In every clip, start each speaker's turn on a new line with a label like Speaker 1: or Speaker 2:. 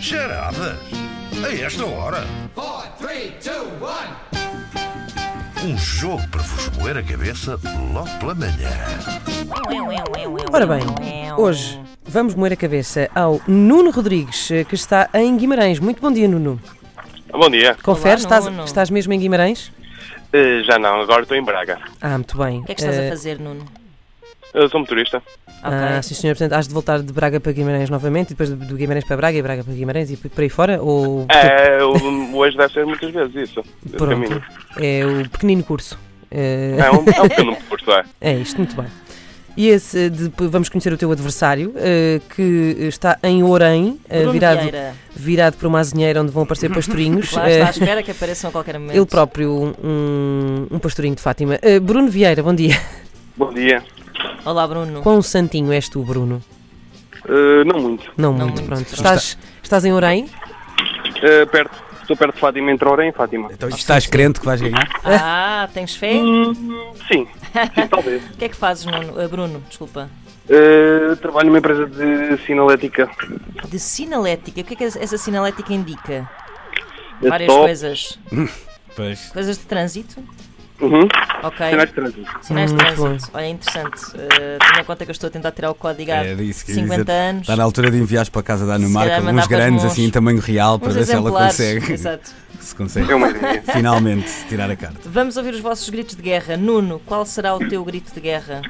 Speaker 1: Charadas? A esta hora?
Speaker 2: Four, three, two, one.
Speaker 1: Um jogo para vos moer a cabeça logo pela manhã.
Speaker 3: Ora bem,
Speaker 4: é um-
Speaker 3: hoje vamos moer a cabeça ao Nuno Rodrigues, eh, que está em Guimarães. Muito bom dia, Nuno.
Speaker 5: Ah, Bom dia.
Speaker 3: Confere, estás,
Speaker 4: Nuno.
Speaker 3: estás mesmo em Guimarães?
Speaker 5: Eh, já não, agora estou em Braga.
Speaker 3: Ah, muito bem.
Speaker 4: O que é que estás a fazer, Nuno?
Speaker 5: Eu sou motorista.
Speaker 3: Ah, sim, senhor. Portanto, has de voltar de Braga para Guimarães novamente, e depois do- do Guimarães para Braga e Braga para Guimarães e por aí fora? Ou
Speaker 5: É, eu- hoje deve ser muitas vezes isso. esse
Speaker 3: pronto?
Speaker 5: caminho.
Speaker 3: É o pequenino curso. Eh,
Speaker 5: É um, é um pequeno percurso, é.
Speaker 3: É isto, muito bem. E esse, eh, depois vamos conhecer o teu adversário, eh, que está em Orém, eh,
Speaker 4: Bruno
Speaker 3: virado,
Speaker 4: Vieira.
Speaker 3: virado para uma azinheira onde vão aparecer pastorinhos.
Speaker 4: Lá
Speaker 3: eh,
Speaker 4: está à espera que apareçam a qualquer momento.
Speaker 3: Ele próprio, um, um pastorinho de Fátima. Eh, Bruno Vieira, bom dia.
Speaker 5: Bom dia.
Speaker 4: Olá, Bruno.
Speaker 3: Quão santinho és tu, Bruno?
Speaker 5: Eh, não muito.
Speaker 3: Não,
Speaker 4: Não
Speaker 3: muito,
Speaker 4: muito,
Speaker 3: pronto.
Speaker 4: pronto.
Speaker 3: Estás, estás em Orém?
Speaker 5: Eh, perto, estou perto de Fátima, entre Orem e Fátima.
Speaker 6: Então estás crente que vais ganhar?
Speaker 4: Ah, tens fé?
Speaker 5: Hum, sim, sim, talvez.
Speaker 4: O que é que fazes, Nuno? Ah, Bruno, desculpa.
Speaker 5: Eh, trabalho numa empresa de sinalética.
Speaker 4: De sinalética. O que é que essa sinalética indica?
Speaker 5: Eh,
Speaker 4: Várias
Speaker 5: top.
Speaker 4: coisas.
Speaker 6: Pois.
Speaker 4: Coisas de trânsito?
Speaker 5: Uhum.
Speaker 4: Ok.
Speaker 5: Sinais de trânsito.
Speaker 4: Sinais de
Speaker 3: Hum, muito
Speaker 4: trânsito. Olha, é interessante. Ah, tenho em conta que eu estou a tentar tirar o código há
Speaker 6: É disso que eu ia
Speaker 4: 50
Speaker 6: dizer.
Speaker 4: anos.
Speaker 6: Está na altura de enviares para casa da Ana
Speaker 4: Se calhar
Speaker 6: Marca
Speaker 4: mandar
Speaker 6: uns
Speaker 4: para
Speaker 6: grandes,
Speaker 4: uns-
Speaker 6: assim, em tamanho real, para
Speaker 4: Uns
Speaker 6: ver se ela
Speaker 4: exemplares.
Speaker 6: consegue.
Speaker 4: Exato.
Speaker 6: se consegue.
Speaker 5: É uma ideia.
Speaker 6: Finalmente tirar a carta.
Speaker 4: Vamos ouvir os vossos gritos de guerra. Nuno, qual será o teu grito de guerra?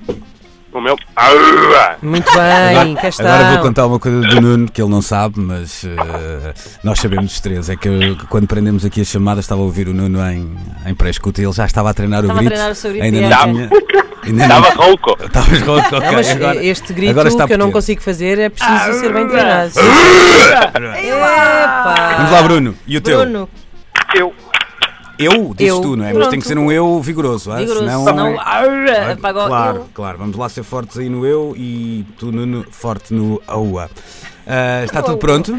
Speaker 5: O meu. Aua!
Speaker 3: Muito bem, cá está.
Speaker 6: Agora vou contar uma coisa do Nuno que ele não sabe, mas eh, nós sabemos os três. É que eu, quando prendemos aqui a chamada, estava a ouvir o Nuno em, em pré-escuta e ele já estava a treinar
Speaker 4: Estava a
Speaker 6: o grito.
Speaker 4: treinar o seu grito é.
Speaker 6: ainda
Speaker 4: de
Speaker 6: não
Speaker 5: guerra.
Speaker 6: tinha. Ainda não-
Speaker 5: Estava rouco!
Speaker 6: Estavas rouco, ok.
Speaker 3: Não, mas
Speaker 6: agora,
Speaker 3: Eh, este grito
Speaker 6: agora está
Speaker 3: que eu não
Speaker 6: potente.
Speaker 3: consigo fazer é preciso ser bem treinado. Epá!
Speaker 6: Vamos lá, Bruno. E o teu?
Speaker 4: Ah,
Speaker 6: Ah,
Speaker 4: Bruno,
Speaker 5: Eu.
Speaker 6: Eu, dizes
Speaker 3: Eu.
Speaker 6: tu, não é? Mas
Speaker 3: Pronto.
Speaker 6: tem que ser um eu vigoroso, ah,
Speaker 4: vigoroso.
Speaker 6: senão-
Speaker 4: Senão, arra,
Speaker 6: Ah,
Speaker 4: apaga o-
Speaker 6: claro,
Speaker 4: eu-
Speaker 6: claro. Vamos lá ser fortes aí no eu e tu, Nuno, forte no AUA. Ah, está tudo pronto?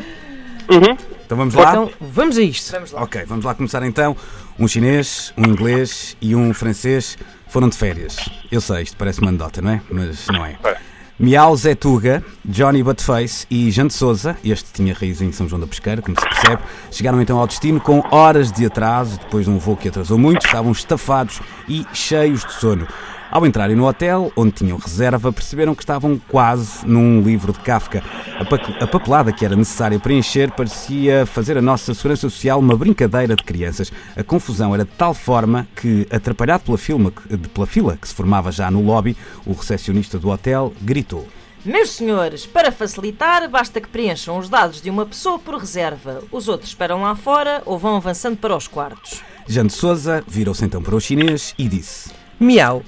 Speaker 6: Então vamos lá?
Speaker 3: Então, vamos a isto.
Speaker 6: Ok, vamos lá começar então. Um chinês, um inglês e um francês foram de férias. Eu sei, isto parece uma anedota, não é? Mas não é.
Speaker 5: É.
Speaker 6: Miau Zé Tuga, Johnny Butface e Jante Souza, este tinha raiz em São João da Pesqueira, como se percebe, chegaram então ao destino com horas de atraso, depois de um voo que atrasou muito, estavam estafados e cheios de sono. Ao entrarem no hotel, onde tinham reserva, perceberam que estavam quase num livro de Kafka. A, pa- a papelada que era necessária preencher parecia fazer a nossa segurança social uma brincadeira de crianças. A confusão era de tal forma que, atrapalhado pela, filma, que- de- pela fila que se formava já no lobby, o recepcionista do hotel gritou.
Speaker 4: Meus senhores, para facilitar, basta que preencham os dados de uma pessoa por reserva. Os outros esperam lá fora ou vão avançando para os quartos.
Speaker 6: Jane Souza virou-se então para o chinês e disse:
Speaker 3: Miau,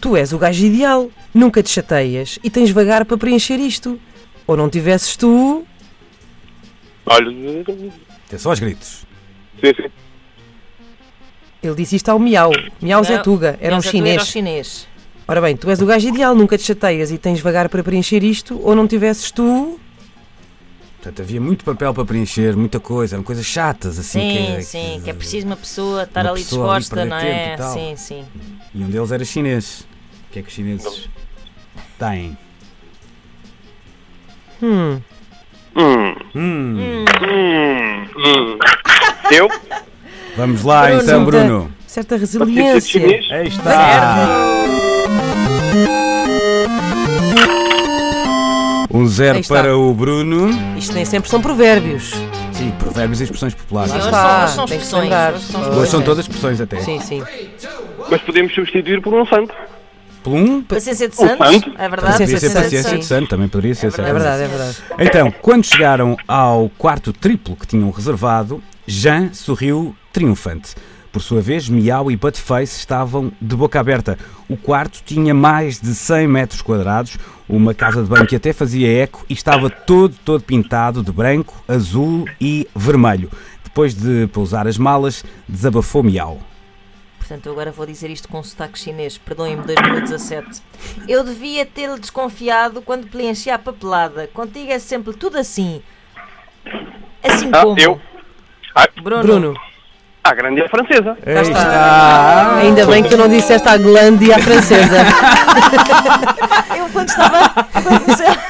Speaker 3: tu és o gajo ideal. Nunca te chateias e tens vagar para preencher isto. Ou não tivesses tu...
Speaker 5: Olha.
Speaker 6: Atenção aos gritos.
Speaker 5: Sim, sim.
Speaker 3: Ele disse isto ao Miau. Miau Zé
Speaker 4: Não,
Speaker 3: Tuga, era um
Speaker 4: Mas é que tu Era um
Speaker 3: chinês.
Speaker 4: chinês.
Speaker 3: Ora bem, tu és o gajo ideal, nunca te chateias e tens vagar para preencher isto, ou não tivesses tu.
Speaker 6: Portanto, havia muito papel para preencher, muita coisa, eram coisas chatas assim.
Speaker 4: Sim,
Speaker 6: que,
Speaker 4: sim, que é preciso uma pessoa estar
Speaker 6: uma
Speaker 4: ali
Speaker 6: pessoa ali
Speaker 4: disposta,
Speaker 6: perder
Speaker 4: não
Speaker 6: tempo
Speaker 4: é?
Speaker 6: e tal.
Speaker 4: Sim, sim.
Speaker 6: E um deles era chinês. O que é que os chineses têm?
Speaker 3: Hum,
Speaker 5: Hum.
Speaker 6: Hum,
Speaker 5: Hum. Hum. Eu?
Speaker 6: vamos lá
Speaker 3: Bruno,
Speaker 6: então,
Speaker 3: muita-
Speaker 6: Bruno.
Speaker 3: certa
Speaker 5: Patrícia de
Speaker 3: resiliência.
Speaker 5: chinês?
Speaker 6: Aí está. Um
Speaker 3: Aí
Speaker 6: zero
Speaker 3: está.
Speaker 6: para o Bruno.
Speaker 3: Isto nem sempre são provérbios.
Speaker 6: Sim, provérbios e expressões populares.
Speaker 4: Sim, hoje
Speaker 3: está,
Speaker 4: são- hoje são
Speaker 3: tem que
Speaker 4: expressões,
Speaker 3: lembrar.
Speaker 4: hoje são
Speaker 6: Hoje são
Speaker 4: expressões.
Speaker 6: todas expressões até.
Speaker 3: Sim, sim.
Speaker 5: Mas podemos substituir por um santo.
Speaker 6: Pelo um,
Speaker 4: Paciência de
Speaker 5: Um
Speaker 4: Santos,
Speaker 5: santo?
Speaker 4: é verdade?
Speaker 3: Paciência
Speaker 6: poderia
Speaker 3: de
Speaker 6: ser
Speaker 3: Santos,
Speaker 6: paciência de
Speaker 3: sim.
Speaker 6: santo, também poderia ser.
Speaker 3: É verdade, é verdade.
Speaker 6: Então, quando chegaram ao quarto triplo que tinham reservado, Jean sorriu triunfante. Por sua vez, Miau e Butface estavam de boca aberta. O quarto tinha mais de 100 metros quadrados, uma casa de banho que até fazia eco e estava todo, todo pintado de branco, azul e vermelho. Depois de pousar as malas, desabafou Miau.
Speaker 4: Portanto, eu agora vou dizer isto com sotaque chinês, perdoem-me 2017. Eu devia tê-lo desconfiado quando preenchi a papelada. Contigo é sempre tudo assim. Assim
Speaker 5: Ah,
Speaker 4: como.
Speaker 5: eu? Ah,
Speaker 4: Bruno.
Speaker 3: Bruno,
Speaker 5: a grande é francesa.
Speaker 3: cá está. Ainda bem que tu não disseste à glande e à francesa.
Speaker 4: Ah, Eu quando estava. quando comecei a-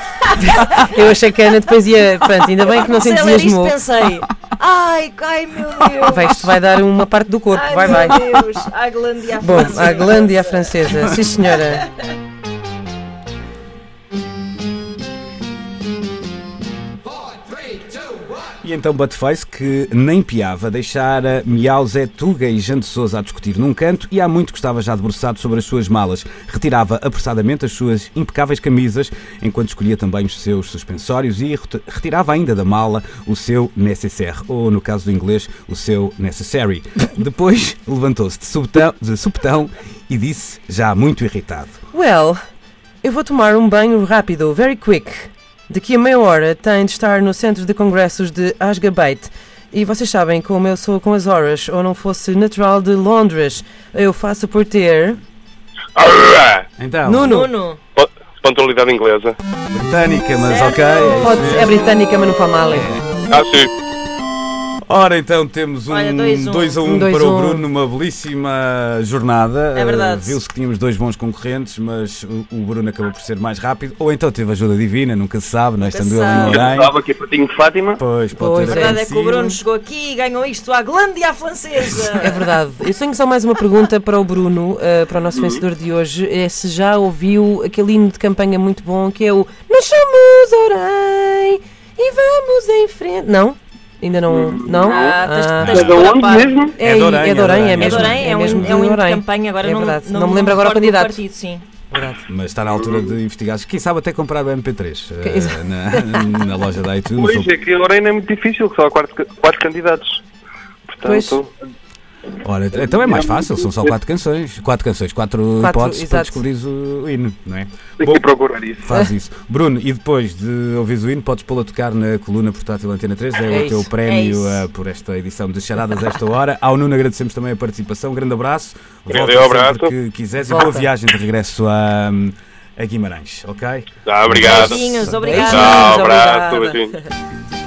Speaker 3: Eu achei que a Ana depois ia. Pronto, ainda bem que não se
Speaker 4: Sei ler isto,
Speaker 3: entusiasmou.
Speaker 4: pensei. Ai, ai, meu Deus.
Speaker 3: Vai, isto vai dar uma parte do corpo,
Speaker 4: Ai,
Speaker 3: vai, vai.
Speaker 4: meu Deus. A glândia à
Speaker 3: Bom,
Speaker 4: francesa.
Speaker 3: a glândia francesa, sim senhora.
Speaker 2: Four, three, two, one.
Speaker 6: E então Butface, que nem piava, deixara Miau, Zé Tuga e Jean de Souza a discutir num canto e há muito que estava já debruçado sobre as suas malas. Retirava apressadamente as suas impecáveis camisas, enquanto escolhia também os seus suspensórios e reti- retirava ainda da mala o seu necessaire, ou no caso do inglês, o seu necessary. Depois levantou-se de subtão- de supetão e disse, já muito irritado.
Speaker 3: Well, eu vou tomar um banho rápido, very quick. Daqui a meia hora tem de estar no centro de congressos de Asgabate. E vocês sabem como eu sou com as horas, ou não fosse natural de Londres. Eu faço por ter.
Speaker 6: Então,
Speaker 3: Nuno!
Speaker 4: Nuno.
Speaker 5: Po- Pontualidade inglesa.
Speaker 6: britânica, mas
Speaker 4: Certo.
Speaker 6: ok. é isso
Speaker 3: Pode,
Speaker 6: mesmo.
Speaker 3: é britânica, mas não faz mal.
Speaker 5: Ah, sim.
Speaker 6: Ora então temos um
Speaker 4: Olha,
Speaker 6: 2
Speaker 4: dois,
Speaker 6: a
Speaker 4: um.
Speaker 6: 1 um
Speaker 3: Dois,
Speaker 6: para o
Speaker 3: um.
Speaker 6: Bruno numa belíssima jornada.
Speaker 4: É verdade.
Speaker 6: Eh, Viu-se que tínhamos dois bons concorrentes, mas o o Bruno acabou por ser mais rápido. Ou então teve ajuda divina, nunca se sabe, nós
Speaker 4: Nunca
Speaker 6: estamos
Speaker 4: se
Speaker 6: em
Speaker 4: sabe.
Speaker 6: Belém.
Speaker 5: Estava aqui pertinho de Fátima.
Speaker 6: Pois, pode
Speaker 3: Pois,
Speaker 4: A
Speaker 6: ter
Speaker 4: verdade é que o
Speaker 6: acontecido.
Speaker 4: Bruno chegou aqui e ganhou isto à glândia à francesa.
Speaker 3: É verdade. Eu tenho só mais uma pergunta para o Bruno, eh, para o nosso vencedor de hoje. É se já ouviu aquele hino de campanha muito bom que é o Nós somos Orem e vamos em frente. Não? Ainda não? Não?
Speaker 4: Ah, tens-
Speaker 3: Ah.
Speaker 4: tens-
Speaker 5: Cada onde mesmo?
Speaker 3: É,
Speaker 6: É de Orem,
Speaker 3: é de Orem, é
Speaker 6: é de
Speaker 4: É de
Speaker 3: mesmo.
Speaker 4: Orem, é, um,
Speaker 3: mesmo
Speaker 4: é um
Speaker 3: de
Speaker 4: hino de
Speaker 3: Orem.
Speaker 4: campanho, agora
Speaker 3: É
Speaker 4: não,
Speaker 3: verdade.
Speaker 4: não,
Speaker 3: Não me lembro agora o
Speaker 4: recordo do
Speaker 3: candidato.
Speaker 4: partido, sim.
Speaker 6: Mas está na altura de investigar. Quem sabe até comprar o MP3 eh, na, na loja da iTunes.
Speaker 5: Pois, é que a Lorena é muito difícil, só há quatro, quatro candidatos. Portanto,
Speaker 6: Ora, então é mais fácil, são só quatro canções. Quatro canções, quatro,
Speaker 3: Quatro,
Speaker 6: hipóteses para
Speaker 3: exato.
Speaker 6: descobrir o hino, não é?
Speaker 5: tenho
Speaker 6: Bom,
Speaker 5: que procurar isso.
Speaker 6: Faz isso. Bruno, e depois de ouvires o hino, podes pô-lo a tocar na coluna portátil Antena 3. É,
Speaker 3: É
Speaker 6: o teu
Speaker 3: isso,
Speaker 4: é
Speaker 6: prémio
Speaker 4: isso.
Speaker 6: eh, por esta edição de Charadas esta hora. Ao Nuno agradecemos também a participação. Um grande abraço.
Speaker 5: Grande
Speaker 6: Volta
Speaker 5: abraço.
Speaker 6: sempre que quiseres e
Speaker 3: Volta.
Speaker 6: boa viagem de regresso a, a Guimarães, ok?
Speaker 5: Tá, obrigado.
Speaker 4: Beijinhos,
Speaker 6: Tchau,
Speaker 4: obrigada.
Speaker 5: Tchau,
Speaker 3: Beijinhos,
Speaker 5: abraço.
Speaker 3: obrigada.
Speaker 5: beijinho.